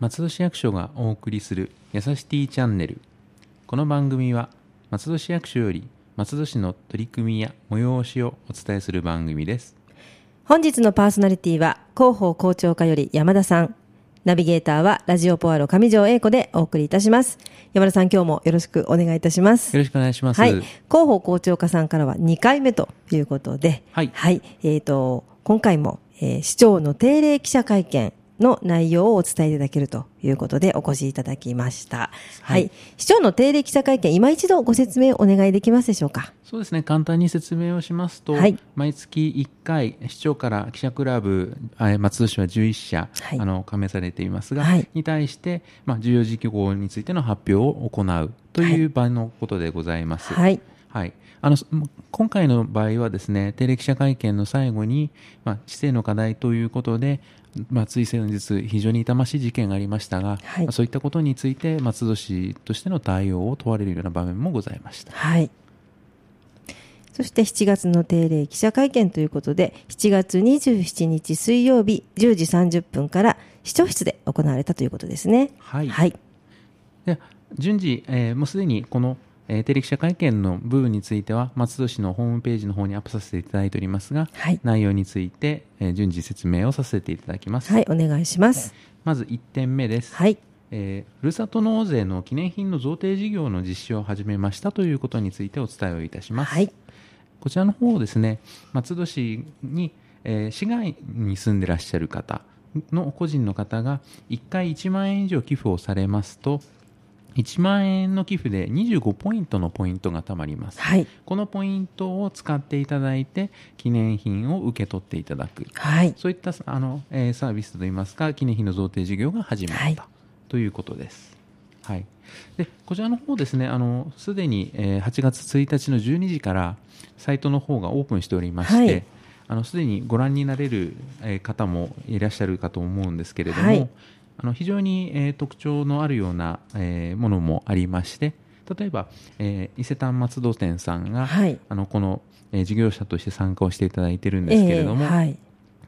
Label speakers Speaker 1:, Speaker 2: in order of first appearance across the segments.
Speaker 1: 松戸市役所がお送りする「やさしティチャンネル」この番組は松戸市役所より松戸市の取り組みや催しをお伝えする番組です
Speaker 2: 本日のパーソナリティは広報広聴課より山田さんナビゲーターはラジオポアロ上条英子でお送りいたします山田さん今日もよろしくお願いいたします
Speaker 1: よろしくお願いします
Speaker 2: はい広報広聴課さんからは2回目ということでは
Speaker 1: はい
Speaker 2: えー、と今回も、えー市長の定例記者会見の内容をお伝えいただけるということでお越しいただきました。
Speaker 1: は
Speaker 2: はいい。市長の定例記者会見、今一度ご説明お願いできますでしょうか。
Speaker 1: そうですね簡単に説明をしますと、
Speaker 2: はい
Speaker 1: 毎月1回市長から記者クラブあ松戸市は11社、
Speaker 2: はい
Speaker 1: あの加盟されていますが、
Speaker 2: はい
Speaker 1: に対して、まあ、重要事項についての発表を行うという場のことでございます。
Speaker 2: はい。
Speaker 1: はい、あのそ今回の場合はですね定例記者会見の最後に、まあ、市政の課題ということで、まあ、つい先日非常に痛ましい事件がありましたが、
Speaker 2: はい
Speaker 1: まあそういったことについて松戸市としての対応を問われるような場面もございました。
Speaker 2: はい。そして7月の定例記者会見ということで、7月27日水曜日10時30分から市長室で行われたということですね。
Speaker 1: はい
Speaker 2: はい。
Speaker 1: で順次、えーもうすでにこの、えー、定例記者会見の部分については松戸市のホームページの方にアップさせていただいておりますが、
Speaker 2: はい
Speaker 1: 内容について、えー順次説明をさせていただきます、
Speaker 2: はい、お願いします。
Speaker 1: まず1点目です、
Speaker 2: はい。
Speaker 1: えーふるさと納税の記念品の贈呈事業の実施を始めましたということについてお伝えをいたします、
Speaker 2: はい。
Speaker 1: こちらの方ですね松戸市に、えー市外に住んでらっしゃる方の個人の方が1回1万円以上寄付をされますと1万円の寄付で25ポイントのポイントがたまります
Speaker 2: はい。
Speaker 1: このポイントを使っていただいて記念品を受け取っていただく
Speaker 2: はい。
Speaker 1: そういったあの、えーサービスといいますか、記念品の贈呈事業が始まった、
Speaker 2: はい
Speaker 1: ということです。はい、でこちらの方ですね、あのすでに、えー8月1日の12時からサイトの方がオープンしておりまして、
Speaker 2: はい
Speaker 1: あのすでにご覧になれるえー方もいらっしゃるかと思うんですけれども、
Speaker 2: はい
Speaker 1: あの非常に、えー特徴のあるような、えーものもありまして、例えば、えー伊勢丹松戸店さんが、
Speaker 2: はい
Speaker 1: あのこの、えー事業者として参加をしていただいてるんですけれども、
Speaker 2: えーはい。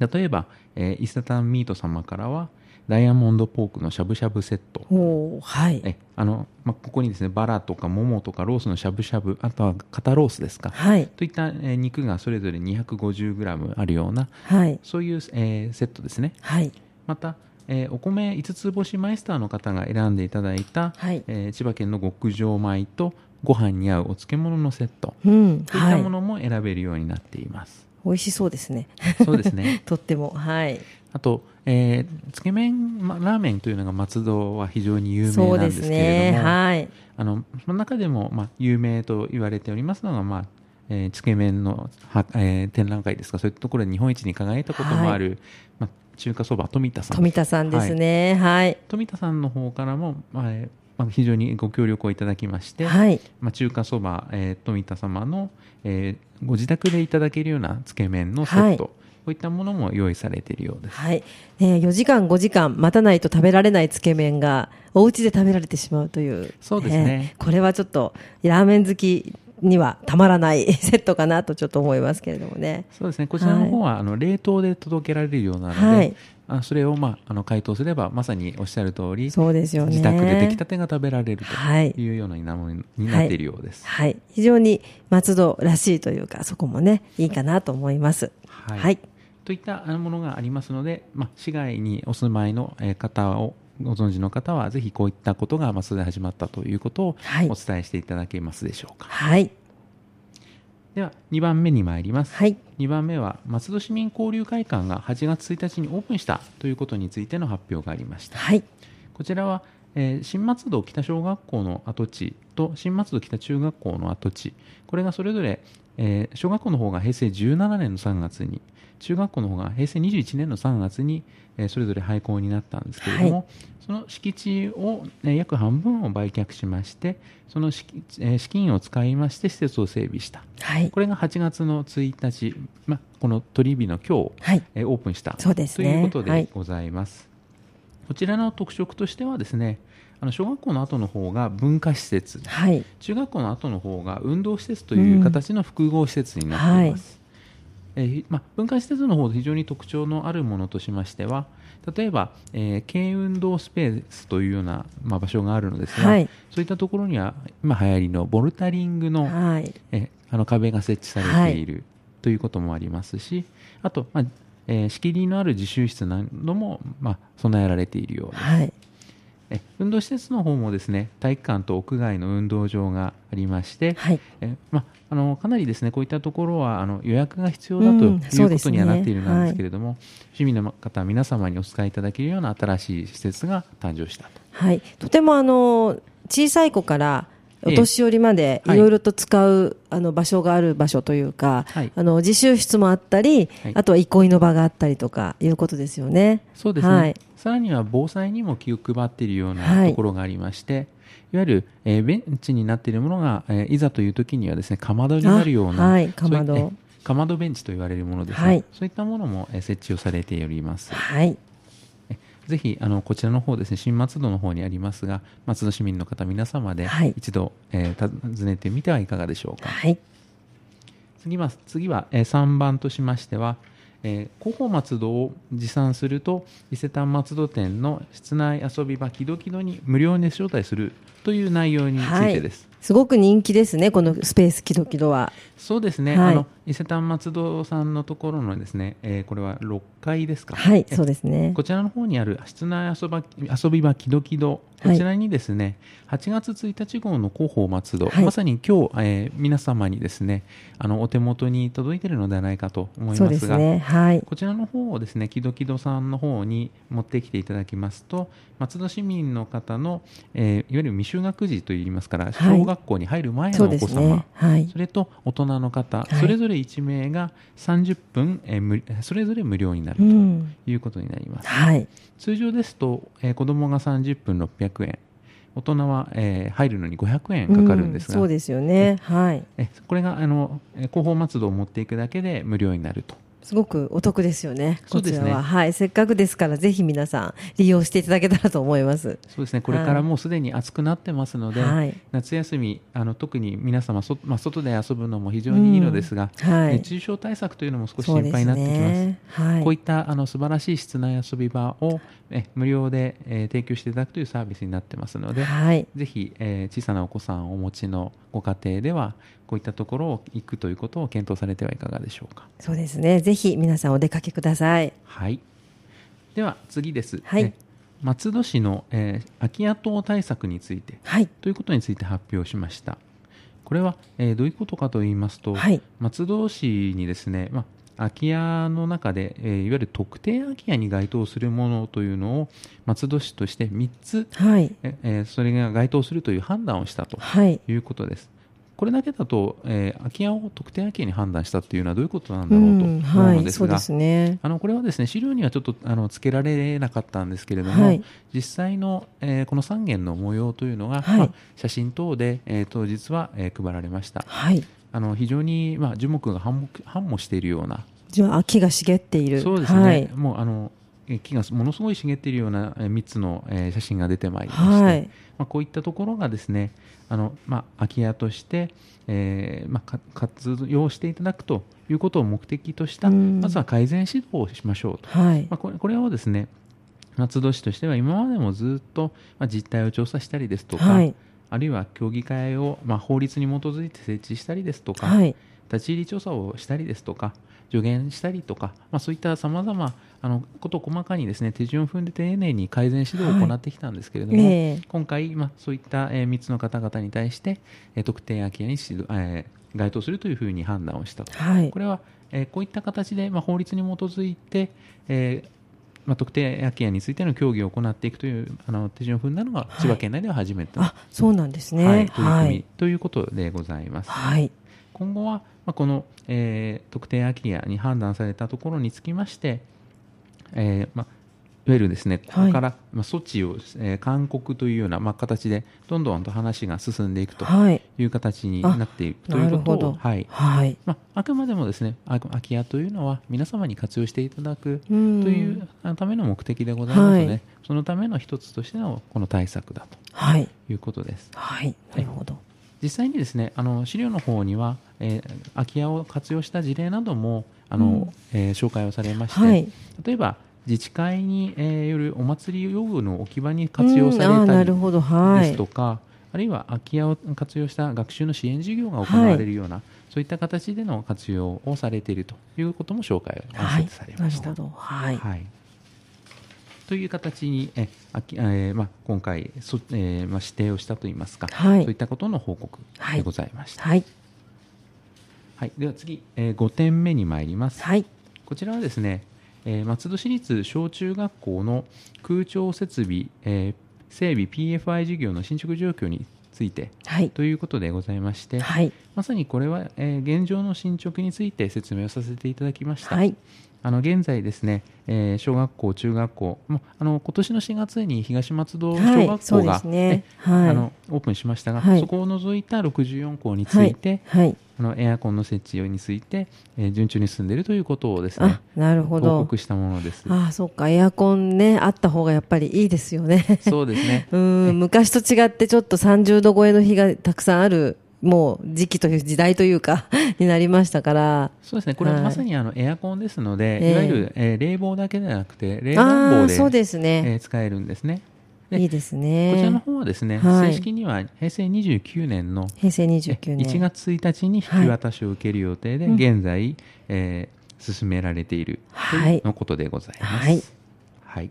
Speaker 1: 例えば、えー伊勢丹ミート様からはダイヤモンドポークのしゃぶしゃぶセット
Speaker 2: おーはい。
Speaker 1: えあの、まあ、ここにですねバラとかモモとかロースのしゃぶしゃぶあとは肩ロースですか
Speaker 2: はい。
Speaker 1: といった、えー肉がそれぞれ 250g あるような
Speaker 2: はい。
Speaker 1: そういう、えーセットですね
Speaker 2: はい。
Speaker 1: また、えーお米5つ星マイスターの方が選んでいただいた、
Speaker 2: はい
Speaker 1: えー千葉県の極上米とご飯に合うお漬物のセット
Speaker 2: うん。
Speaker 1: といった
Speaker 2: は
Speaker 1: も
Speaker 2: い。
Speaker 1: のも選べるようになっています、
Speaker 2: 美味しそうですね。
Speaker 1: そうですね
Speaker 2: とっても。はい。
Speaker 1: あと、えーつけ麺、ま、ラーメンというのが松戸は非常に有
Speaker 2: そ
Speaker 1: 名
Speaker 2: う
Speaker 1: なん
Speaker 2: で
Speaker 1: です
Speaker 2: す
Speaker 1: けれ
Speaker 2: ね。
Speaker 1: ども、
Speaker 2: はい。
Speaker 1: あのその中でも、ま、有名と言われておりますのが、まえーつけ麺のは、えー展覧会ですかそういったところで日本一に輝いたこともある、ま、中華そば富田さん
Speaker 2: 富田さんですね。はい。
Speaker 1: 富田さんの方からも、まえーま非常にご協力をいただきまして、
Speaker 2: はい。
Speaker 1: ま、中華そば、えー富田様の、えーご自宅でいただけるようなつけ麺のセット、
Speaker 2: は
Speaker 1: こういったものも用意されているようです。
Speaker 2: はい。ね4時間、5時間待たないと食べられないつけ麺が、お家で食べられてしまうという。
Speaker 1: そうですね
Speaker 2: これはちょっと、ラーメン好きにはたまらない セットかなとちょっと思いますけれどもね。
Speaker 1: そうですね、こちらの方は、あの冷凍で届けられるようなので、
Speaker 2: はい
Speaker 1: あそれを、まあ、あの解凍すればまさにおっしゃる通り、
Speaker 2: そうですよね。
Speaker 1: 自宅で出来たてが食べられる
Speaker 2: はい
Speaker 1: というようなものになっているようです。
Speaker 2: はい。非常に松戸らしいというか、そこもね、いいかなと思います。
Speaker 1: はい
Speaker 2: はい。
Speaker 1: といったあのものがありますので、まあ、市外にお住まいのえー方をご存知の方はぜひこういったことがまあそれで始まったということを
Speaker 2: はい
Speaker 1: お伝えしていただけますでしょうか、
Speaker 2: はい。
Speaker 1: では2番目に参ります、
Speaker 2: はい。
Speaker 1: 2番目は松戸市民交流会館が8月1日にオープンしたということについての発表がありました
Speaker 2: はい。
Speaker 1: こちらは、えー新松戸北小学校の跡地と新松戸北中学校の跡地これがそれぞれ、えー小学校の方が平成17年の3月に中学校の方が平成21年の3月に、えーそれぞれ廃校になったんですけれども、
Speaker 2: は
Speaker 1: その敷地を、えー約半分を売却しましてその敷地、えー資金を使いまして施設を整備した
Speaker 2: はい。
Speaker 1: これが8月の1日、ま、この鳥日の今日、
Speaker 2: はい。
Speaker 1: えーオープンした
Speaker 2: そうです
Speaker 1: と
Speaker 2: ね。
Speaker 1: いうこと
Speaker 2: は
Speaker 1: で
Speaker 2: い。
Speaker 1: ございます、こちらの特色としてはですねあの小学校の後の方が文化施設
Speaker 2: はい。
Speaker 1: 中学校の後の方が運動施設という形の複合施設になっています、えーまあ、文化施設の方で非常に特徴のあるものとしましては例えば、えー軽運動スペースというような、まあ、場所があるのですが、
Speaker 2: はい
Speaker 1: そういったところには今流行りのボルタリングの,、
Speaker 2: はい。
Speaker 1: えーあの壁が設置されている、ということもありますしあと、まあえー仕切りのある自習室なども、まあ、備えられているような
Speaker 2: はい。
Speaker 1: え運動施設の方もですね体育館と屋外の運動場がありまして、
Speaker 2: はい。
Speaker 1: えま、あのかなりですねこういったところはあの予約が必要だと
Speaker 2: うん
Speaker 1: い
Speaker 2: そう
Speaker 1: う
Speaker 2: で
Speaker 1: こ
Speaker 2: す
Speaker 1: と
Speaker 2: ね
Speaker 1: にはなっているなんですけれども、市民の方皆様にお使いいただけるような新しい施設が誕生したと
Speaker 2: はい。とてもあの、小さい子から、お
Speaker 1: ええ
Speaker 2: 年寄りまでい
Speaker 1: はい
Speaker 2: ろいろと使う、あの場所がある場所というか、
Speaker 1: はい
Speaker 2: あの自習室もあったり、
Speaker 1: はい
Speaker 2: あとは憩いの場があったりとかいうことですよね。
Speaker 1: そうですね、
Speaker 2: はい
Speaker 1: さらには防災にも気を配っているよう
Speaker 2: は
Speaker 1: ないところがありまして、い、わゆる、えーベンチになっているものが、えーいざという時にはですねかまどになるよう
Speaker 2: あ
Speaker 1: な、
Speaker 2: はいかまど
Speaker 1: そういったえかまどベンチと言われるものですね、
Speaker 2: はい
Speaker 1: そういったものも、えー設置をされております
Speaker 2: はい。
Speaker 1: ぜひあのこちらの方ですね新松戸の方にありますが松戸市民の方皆様で
Speaker 2: はい
Speaker 1: 一度、えー訪ねてみてはいかがでしょうか
Speaker 2: はい。
Speaker 1: 次は次は、えー3番としましては、えー広報松戸を持参すると伊勢丹松戸店の室内遊び場キドキドに無料で招待するという内容についてです、
Speaker 2: すごく人気ですね、このスペースキドキドは。
Speaker 1: そうですね、
Speaker 2: はい
Speaker 1: あの伊勢丹松戸さんのところのですね、えーこれは6階ですか
Speaker 2: はい、
Speaker 1: え
Speaker 2: そうですね。
Speaker 1: こちらの方にある室内遊ば遊び場キドキド、
Speaker 2: はい
Speaker 1: こちらにですね、8月1日号の広報松戸、
Speaker 2: はい
Speaker 1: まさに今日、えー皆様にですね、あのお手元に届いているのではないかと思い
Speaker 2: そう
Speaker 1: ま
Speaker 2: ですす
Speaker 1: が、
Speaker 2: ね。はい。
Speaker 1: こちらの方をですね、キドキドさんの方に持ってきていただきますと、松戸市民の方の、えーいわゆる未就学児といいますから、
Speaker 2: はい
Speaker 1: 小学校に入る前の
Speaker 2: そう
Speaker 1: お
Speaker 2: で
Speaker 1: 子
Speaker 2: す
Speaker 1: 様、
Speaker 2: ね。はい
Speaker 1: そ。れと大人の方、
Speaker 2: はい
Speaker 1: それぞれ1名が30分、えー無それぞれ無料になる
Speaker 2: う
Speaker 1: と
Speaker 2: ん。
Speaker 1: いうことになります。
Speaker 2: はい。
Speaker 1: 通常ですと、えー子供が30分600円大人は、えー入るのに500円かかるんですが、
Speaker 2: うそうですよね。はい。
Speaker 1: えこれがあのえー広報松戸を持っていくだけで無料になると
Speaker 2: すごくお得ですよね。
Speaker 1: そ
Speaker 2: こ
Speaker 1: うで
Speaker 2: ち
Speaker 1: す
Speaker 2: ら
Speaker 1: ね
Speaker 2: は、はい、せっかくですから、ぜひ皆さん利用していただけたらと思います。
Speaker 1: そうですねこれからもうすでに暑くなってますので、
Speaker 2: はい
Speaker 1: 夏休みあの特に皆様そ、まあ、外で遊ぶのも非常にいいのですが、
Speaker 2: うんはい
Speaker 1: 熱中症対策というのも少し
Speaker 2: そう
Speaker 1: 心
Speaker 2: です
Speaker 1: 配になってきます。
Speaker 2: ね。はい。
Speaker 1: こういったあの素晴らしい室内遊び場をえ無料で、えー提供していただくというサービスになってますので、
Speaker 2: はい。
Speaker 1: ぜひ、えー小さなお子さんをお持ちのご家庭ではこういったところを行くということを検討されてはいかがでしょうか。
Speaker 2: そうですね。ぜひ皆さんお出かけください。
Speaker 1: はい、では次です、
Speaker 2: はい
Speaker 1: え松戸市の、えー空き家等対策について
Speaker 2: はい。
Speaker 1: ということについて発表しました。これは、えーどういうことかと言いますと、
Speaker 2: はい。
Speaker 1: 松戸市にですね、まあ、空き家の中で、えーいわゆる特定空き家に該当するものというのを松戸市として3つ、
Speaker 2: はい。
Speaker 1: ええーそれが該当するという判断をしたと
Speaker 2: はい。
Speaker 1: いうことです。これだけだと、えー空き家を特定空き家に判断したというのはどういうことなんだ
Speaker 2: う。
Speaker 1: ろうんと思
Speaker 2: は
Speaker 1: うの
Speaker 2: い。
Speaker 1: で
Speaker 2: そ
Speaker 1: す
Speaker 2: う
Speaker 1: が、
Speaker 2: ですね。
Speaker 1: あのこれはですね資料にはちょっとあの付けられなかったんですけれども、
Speaker 2: はい
Speaker 1: 実際の、えーこの3件の模様というのが、
Speaker 2: はい
Speaker 1: まあ写真等で、えー当日は、えー配られました。
Speaker 2: はい。
Speaker 1: あの非常に、まあ、樹木が繁茂繁茂しているような
Speaker 2: じゃあ、木が茂っている。
Speaker 1: そうですね、
Speaker 2: はい。
Speaker 1: もうあのえ木がものすごい茂っているような3つの、えー写真が出てまいりまして、
Speaker 2: はい。
Speaker 1: まあ、こういったところがですねあの、まあ、空き家として、えーまあ、か活用していただくということを目的とした、
Speaker 2: うん
Speaker 1: まずは改善指導をしましょうと、
Speaker 2: はい
Speaker 1: ま。あ、これこれをですね松戸市としては今までもずっと、まあ、実態を調査したりですとか、
Speaker 2: はい。
Speaker 1: あるいは協議会を、まあ、法律に基づいて設置したりですとか、
Speaker 2: はい。
Speaker 1: 立ち入り調査をしたりですとか助言したりとか、まあ、そういったさまざまなことを細かにです、ね、手順を踏んで丁寧に改善指導を行ってきたんですけれども、
Speaker 2: ええ。
Speaker 1: 今回、まあ、そういった、え3つの方々に対して、えー特定空き家に指導、えー該当するというふうに判断をしたと、
Speaker 2: はい
Speaker 1: こ。れは、えーこういった形で、まあ、法律に基づいて、えーまあ、特定空き家についての協議を行っていくというあの手順を踏んだのが
Speaker 2: はい
Speaker 1: 千葉県内では初めての、
Speaker 2: あ、そうなんですね。
Speaker 1: はい取り
Speaker 2: は
Speaker 1: 組み、
Speaker 2: い。
Speaker 1: ということでございます。
Speaker 2: はい。
Speaker 1: 今後は、まあ、この、えー特定空き家に判断されたところにつきまして、えーまあ、いわゆるですねここから、まあ、措置を、えー勧告というような、まあ、形でどんどんと話が進んでいくと
Speaker 2: はい。
Speaker 1: いう形になっていくとい
Speaker 2: な
Speaker 1: う
Speaker 2: る
Speaker 1: こ
Speaker 2: ほ
Speaker 1: とを、
Speaker 2: ど。
Speaker 1: はい
Speaker 2: はい。
Speaker 1: まあ、あくまでもですねあ空き家というのは皆様に活用していただく
Speaker 2: と
Speaker 1: と
Speaker 2: い
Speaker 1: いうあための目的でございますので、
Speaker 2: はい
Speaker 1: そのための一つとしてのこの対策だと
Speaker 2: はい。
Speaker 1: いうことです。
Speaker 2: はい。なるほど。
Speaker 1: 実際にですねあの資料の方には、えー空き家を活用した事例などもあの、えー紹介をされまして、
Speaker 2: はい
Speaker 1: 例えば自治会に、えーよるお祭り用具の置き場に活用さ
Speaker 2: うんあー
Speaker 1: れた
Speaker 2: な
Speaker 1: り
Speaker 2: るほどは
Speaker 1: です
Speaker 2: い
Speaker 1: とか、あるいは空き家を活用した学習の支援事業が行われるような、そういった形での活用をされているということも紹介を
Speaker 2: はい
Speaker 1: され
Speaker 2: な
Speaker 1: ま
Speaker 2: る
Speaker 1: した。
Speaker 2: ほどはい
Speaker 1: はい、という形にえあきえーまあ、今回そ、えーまあ、指定をしたといいますか、
Speaker 2: はい
Speaker 1: そういったことの報告
Speaker 2: はい
Speaker 1: でございました、はい
Speaker 2: はい
Speaker 1: では次、え5点目に参ります、
Speaker 2: はい
Speaker 1: こちらはですね、えー松戸市立小中学校の空調設備、えー整備 PFI 事業の進捗状況について
Speaker 2: はい
Speaker 1: ということでございまして、
Speaker 2: はい
Speaker 1: まさにこれは、えー現状の進捗について説明をさせていただきました、
Speaker 2: はい
Speaker 1: あの現在ですね、えー小学校、中学校、もうあの今年の4月に東松戸
Speaker 2: は
Speaker 1: 小
Speaker 2: い
Speaker 1: 学
Speaker 2: そ
Speaker 1: 校
Speaker 2: うで
Speaker 1: が、
Speaker 2: すね
Speaker 1: え
Speaker 2: は
Speaker 1: あ
Speaker 2: い
Speaker 1: のオープンしましたが、
Speaker 2: はい
Speaker 1: そこを除いた64校につ
Speaker 2: はい
Speaker 1: いて、
Speaker 2: はい
Speaker 1: あのエアコンの設置について、えー順調に進んでいるということをですね
Speaker 2: あ、なる
Speaker 1: 報
Speaker 2: ほど
Speaker 1: 告したものです。
Speaker 2: ああそっかエアコンねあった方がやっぱりいいですよね。
Speaker 1: そうですね
Speaker 2: うーん昔と違ってちょっと30度超えの日がたくさんあるもう時期という時代というか になりましたから
Speaker 1: そうですね。これは
Speaker 2: はい
Speaker 1: まさにあのエアコンですので、
Speaker 2: ええ
Speaker 1: いわゆる、えー冷房だけではなくて冷
Speaker 2: あ
Speaker 1: 暖
Speaker 2: あそ
Speaker 1: 房
Speaker 2: う
Speaker 1: で
Speaker 2: ですね、
Speaker 1: えー使えるんですね。で
Speaker 2: いいです
Speaker 1: こちらの
Speaker 2: ね
Speaker 1: 方はですね、
Speaker 2: はい
Speaker 1: 正式には平成29年の
Speaker 2: 平成
Speaker 1: え
Speaker 2: 29年
Speaker 1: 1月1日に引き渡しを受ける予定で、
Speaker 2: はい
Speaker 1: 現在、えー進められていると
Speaker 2: はい
Speaker 1: いうのことでございます。
Speaker 2: はい
Speaker 1: はい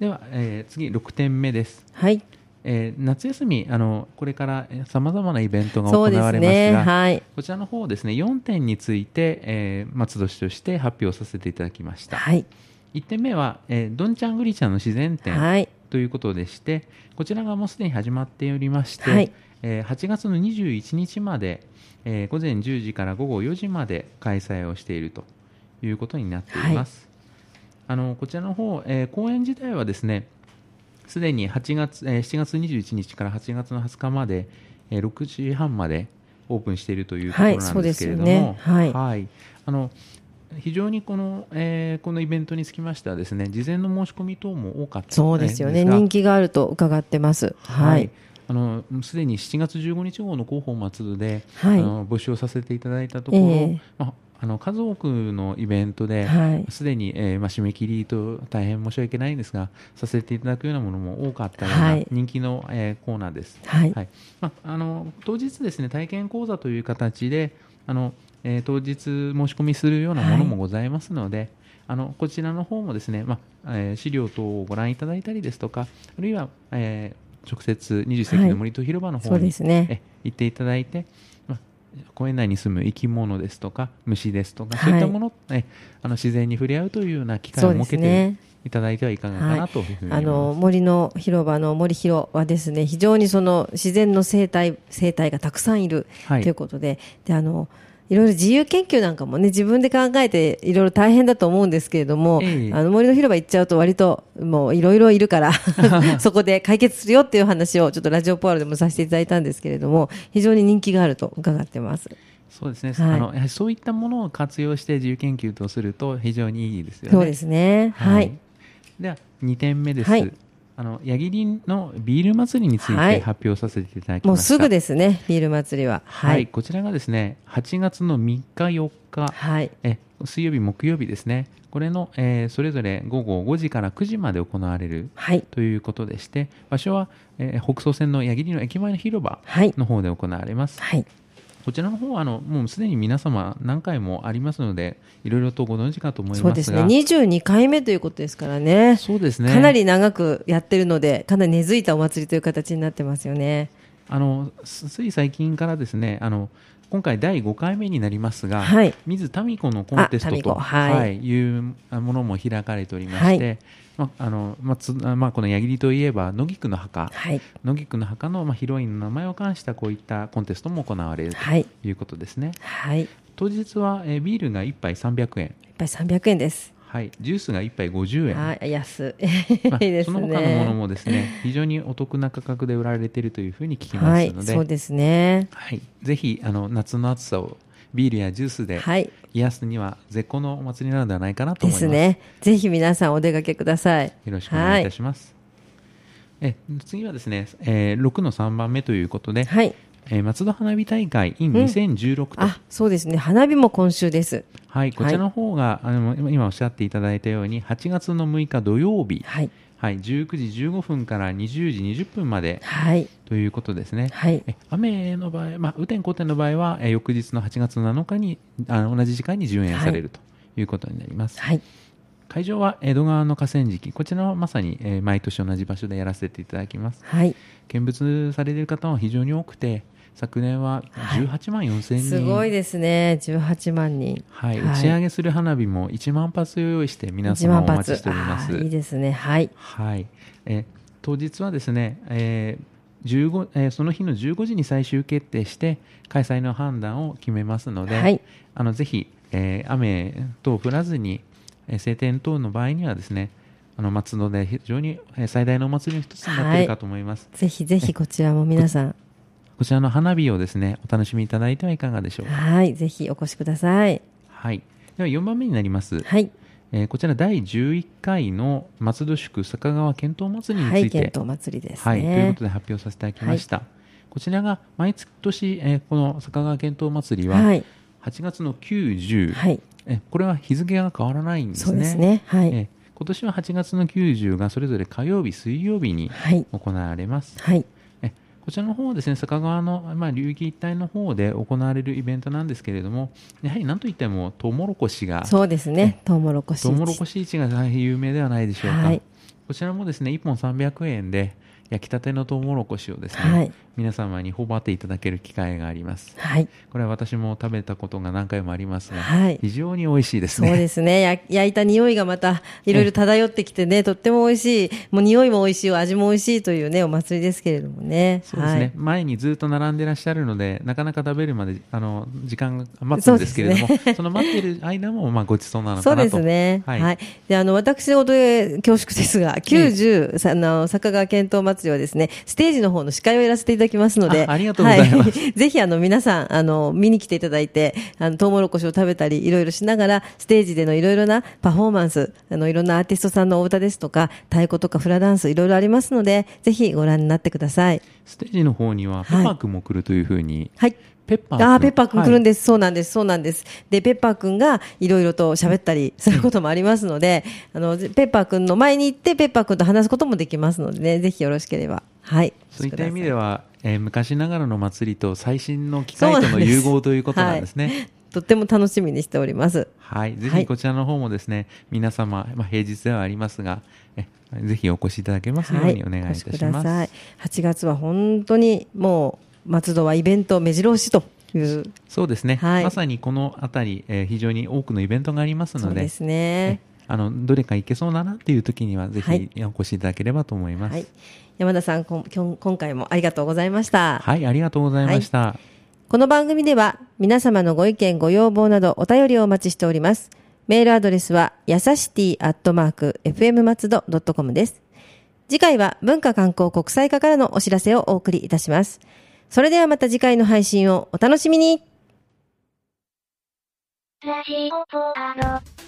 Speaker 1: では、えー次6点目です。
Speaker 2: はい
Speaker 1: えー夏休みあのこれからさまざまなイベントが行
Speaker 2: そう
Speaker 1: われ
Speaker 2: で
Speaker 1: ますすが
Speaker 2: ねはい
Speaker 1: こちらの方ですね4点について、えー松戸市として発表させていただきました、
Speaker 2: はい
Speaker 1: 1点目は、えーどんちゃんぐりちゃんの自然展
Speaker 2: はい
Speaker 1: ということでして、こちらがもうすでに始まっておりまして、
Speaker 2: はい
Speaker 1: えー8月の21日まで、えー午前10時から午後4時まで開催をしているということになっています。あのこちらの方、えー公演自体はですね、すでに8月、えー7月21日から8月の20日まで、えー6時半までオープンしているというところ
Speaker 2: はい
Speaker 1: な
Speaker 2: そうんで
Speaker 1: ですす
Speaker 2: よ
Speaker 1: けれども、
Speaker 2: ねはい
Speaker 1: あの非常にこの、えーこのイベントにつきましてはですね、事前の申し込み等も多かった
Speaker 2: そうですよね
Speaker 1: が
Speaker 2: 人気があると伺ってますは
Speaker 1: はいい、あのすでに7月15日号の広報松戸で、
Speaker 2: はい
Speaker 1: あの募集をさせていただいたところ、
Speaker 2: ええ
Speaker 1: まあ、あの数多くのイベントで、
Speaker 2: はい
Speaker 1: すでに、えーまあ、締め切りと大変申し訳ないんですがさせていただくようなものも多かったよう
Speaker 2: は
Speaker 1: ない人気の、えーコーナーです。
Speaker 2: はい
Speaker 1: はいまあ、あの当日ですね体験講座という形であの、えー当日申し込みするようなものもございますので、あのこちらの方もですね、まあえー資料等をご覧いただいたりですとかあるいは、えー直接20世紀の森と広場の
Speaker 2: そ
Speaker 1: 方
Speaker 2: うで
Speaker 1: に、
Speaker 2: すね
Speaker 1: え行っていただいて、まあ、公園内に住む生き物ですとか虫ですとか、
Speaker 2: はい
Speaker 1: そういったものえあの自然に触れ合うというような機会
Speaker 2: そ
Speaker 1: を
Speaker 2: うで
Speaker 1: 設
Speaker 2: す
Speaker 1: けて、
Speaker 2: ね
Speaker 1: いただいてはいかがかなというふうに
Speaker 2: あ
Speaker 1: 思い
Speaker 2: の
Speaker 1: ます。
Speaker 2: 森の広場の森広はですね非常にその自然の生態生態がたくさんいる
Speaker 1: はい
Speaker 2: ということで,、であのいろいろ自由研究なんかもね自分で考えていろいろ大変だと思うんですけれども、
Speaker 1: ええ
Speaker 2: あの森の広場行っちゃうと割ともういろいろい るから そこで解決するよっていう話をちょっとラジオポアルでもさせていただいたんですけれども非常に人気があると伺ってます。
Speaker 1: そうですね、
Speaker 2: はい
Speaker 1: あのやはりそういったものを活用して自由研究とすると非常にいいですよね。
Speaker 2: そうですねはい、
Speaker 1: では2点目です、
Speaker 2: はい
Speaker 1: あの矢切のビール祭りについ
Speaker 2: はい
Speaker 1: て発表させていただき
Speaker 2: も
Speaker 1: ま
Speaker 2: う
Speaker 1: した、
Speaker 2: すぐですねビール祭りは
Speaker 1: はい、
Speaker 2: はい
Speaker 1: こちらがですね8月の3日4日
Speaker 2: はい
Speaker 1: え水曜日木曜日ですねこれの、えーそれぞれ午後5時から9時まで行われる
Speaker 2: はい
Speaker 1: ということでして場所は、えー北総線の矢切の駅前の広場
Speaker 2: はい
Speaker 1: の方で行われます、
Speaker 2: はい
Speaker 1: こちらの方はあのもうすでに皆様何回もありますのでいろいろとご存知かと思いますが
Speaker 2: そうですね22回目ということですからね
Speaker 1: そうですね
Speaker 2: かなり長くやってるのでかなり根付いたお祭りという形になってますよね
Speaker 1: あのすつい最近からですねあの今回第5回目になりますが、
Speaker 2: はい
Speaker 1: 水民子のコンテス
Speaker 2: あ
Speaker 1: ト
Speaker 2: 民子
Speaker 1: と、
Speaker 2: はい
Speaker 1: いうあものも開かれておりまして、
Speaker 2: は
Speaker 1: まあのまあつあまあ、この矢切といえば野菊の墓
Speaker 2: はい
Speaker 1: 野菊の墓の、まあ、ヒロインの名前を冠したこういったコンテストも行われる
Speaker 2: はい
Speaker 1: ということですね
Speaker 2: はいやっ
Speaker 1: 当日は、えービールが1杯300円、
Speaker 2: ぱり300円です
Speaker 1: はい、ジュースが1杯50円、
Speaker 2: はい安 い
Speaker 1: まあ
Speaker 2: いいですね
Speaker 1: その他のものもですね非常にお得な価格で売られているというふうに聞きま
Speaker 2: は
Speaker 1: す
Speaker 2: い
Speaker 1: ので、
Speaker 2: そうですね
Speaker 1: はい、ぜひあの夏の暑さをビールやジュースで
Speaker 2: はい
Speaker 1: 癒すには絶好のお祭りなのではないかなと
Speaker 2: で
Speaker 1: 思います
Speaker 2: すねぜひ皆さんお出かけください
Speaker 1: よろしくお願いいた
Speaker 2: し
Speaker 1: します、え次はですね、えー6の3番目ということで、
Speaker 2: はい
Speaker 1: えー松戸花火大会 in
Speaker 2: うん
Speaker 1: 2016と、
Speaker 2: あ、そうですね。花火も今週です。
Speaker 1: はい、こちらの方が、あの今おっしゃっていただいたように8月の6日土曜日、
Speaker 2: はい。
Speaker 1: はい、19時15分から20時20分まで
Speaker 2: はい。
Speaker 1: ということですね。
Speaker 2: はい。
Speaker 1: え雨の場合、まあ、雨天、後天の場合は、えー翌日の8月7日にあの同じ時間に順延されるということになります。
Speaker 2: はい。
Speaker 1: 会場は江戸川の河川敷、こちらはまさに、えー毎年同じ場所でやらせていただきます。
Speaker 2: はい。
Speaker 1: 見物されている方は非常に多くて、昨年は
Speaker 2: はい
Speaker 1: 18万4000人、
Speaker 2: すごいですね。18万人。
Speaker 1: はい
Speaker 2: はい
Speaker 1: 打ち上げする花火も1万発用意して皆
Speaker 2: 1
Speaker 1: 様
Speaker 2: 万
Speaker 1: お待
Speaker 2: 発。
Speaker 1: ちしております。
Speaker 2: あーいいですね。はい。
Speaker 1: はい、え当日はですね、えー15えーその日の15時に最終決定して開催の判断を決めますので、
Speaker 2: はい。
Speaker 1: あのぜひ、えー雨等降らずに、えー晴天等の場合にはですねあの松戸で非常にえー最大のお祭りの一つになっているかと思います、
Speaker 2: ぜひぜひこちらも皆さん。
Speaker 1: こちらの花火をですねお楽しみいただいてはいかがでしょうか、
Speaker 2: はい。ぜひお越しください。
Speaker 1: はい、では4番目になります、
Speaker 2: はい。
Speaker 1: えーこちら第11回の松戸宿坂川遣唐祭りに
Speaker 2: は
Speaker 1: つ
Speaker 2: い。
Speaker 1: いて、
Speaker 2: 検討祭りです
Speaker 1: はい、という
Speaker 2: ね
Speaker 1: こと。で発表させていただきました、こちらが毎年、えーこの坂川遣唐祭りは
Speaker 2: はい。
Speaker 1: 8月の90、
Speaker 2: はい。
Speaker 1: えこれは日付が変わらないんですね
Speaker 2: そうですね。は
Speaker 1: え
Speaker 2: い。
Speaker 1: 今年は8月の90がそれぞれ火曜日水曜日に
Speaker 2: はい。
Speaker 1: 行われます
Speaker 2: はい。
Speaker 1: えこちらの方はですね坂川の、まあ、流域一帯の方で行われるイベントなんですけれどもやはり何といってもトウモロコシが
Speaker 2: そうですね。トウモロコシ。
Speaker 1: トウモロコシ市が大変有名ではないでしょうか、
Speaker 2: はい
Speaker 1: こちらもですね1本300円で焼きたてのトウモロコシをですね、
Speaker 2: はい。
Speaker 1: 皆様に頬張っていただける機会があります
Speaker 2: はい。
Speaker 1: これは私も食べたことが何回もありますが、
Speaker 2: はい。
Speaker 1: 非常に美味しいです
Speaker 2: そう
Speaker 1: ね
Speaker 2: ですね。や焼いた匂いがまたいろいろ漂ってきてね、とっても美味しい。もう匂いも美味しい、味も美味しいというね、お祭りですけれどもね。
Speaker 1: そうですね、前にずっと並んでらっしゃるのでなかなか食べるまであの時間が待つんですけれども
Speaker 2: そ
Speaker 1: そ,、
Speaker 2: うですね
Speaker 1: の待っている間も、まあ、ごちそうな
Speaker 2: はい。
Speaker 1: の
Speaker 2: そ
Speaker 1: か
Speaker 2: う
Speaker 1: な
Speaker 2: で
Speaker 1: と
Speaker 2: すね。は。
Speaker 1: はいい
Speaker 2: で、あの、私のことで恐縮ですが、90、さあの、坂川健闘祭りはですね、ステージの方の司会をやらせていただきますので、
Speaker 1: あありがとうございます
Speaker 2: はい、 ぜひ、あの、皆さん、あの、見に来ていただいて、あの、トウモロコシを食べたり、いろいろしながら、ステージでのいろいろなパフォーマンス、あの、いろんなアーティストさんのお歌ですとか、太鼓とかフラダンス、いろいろありますので、ぜひご覧になってください。
Speaker 1: ステージの方にはペッパー君も来るというふうに、
Speaker 2: はい。
Speaker 1: ペッパー
Speaker 2: あーペッパーくん来るん
Speaker 1: で、
Speaker 2: です、そうなんです、そうなんです。で、ペッパーくんがいろいろと喋ったりすることもありますので、あの、ぜペッパーくんの前に行って、ペッパーくんと話すこともできますのでね、ぜひよろしければ。はい。
Speaker 1: そういった意味
Speaker 2: は
Speaker 1: では、えー昔ながらの祭りと最新の機械との融合ということなんですね。
Speaker 2: とっても楽しみにしております。
Speaker 1: はい、ぜ
Speaker 2: はい
Speaker 1: ひこちらの方もですね、皆様、まあ、平日ではありますがえぜひお越しいただけますようにお願いいたし
Speaker 2: お越く
Speaker 1: ま
Speaker 2: だ
Speaker 1: す。
Speaker 2: さい。8月は本当にもう、松戸はイベント目白押しという、
Speaker 1: そうですね、
Speaker 2: はい
Speaker 1: まさにこの辺り、えー非常に多くのイベントがあります
Speaker 2: そ
Speaker 1: の
Speaker 2: う
Speaker 1: で
Speaker 2: です
Speaker 1: え
Speaker 2: ね。
Speaker 1: あのどれか行けそうだなっていう時にはぜ
Speaker 2: は
Speaker 1: ひお越しいただければと思います。
Speaker 2: は
Speaker 1: はいい、。
Speaker 2: 山田さん、こんきょん今回もありがとうございました。
Speaker 1: ありがとうございました。
Speaker 2: この番組では皆様のご意見ご要望などお便りをお待ちしております。メールアドレスはやさしティアットマーク FM 松戸 .com です。次回は文化観光国際課からのお知らせをお送りいたします。それではまた次回の配信をお楽しみに
Speaker 3: ラジオポアド。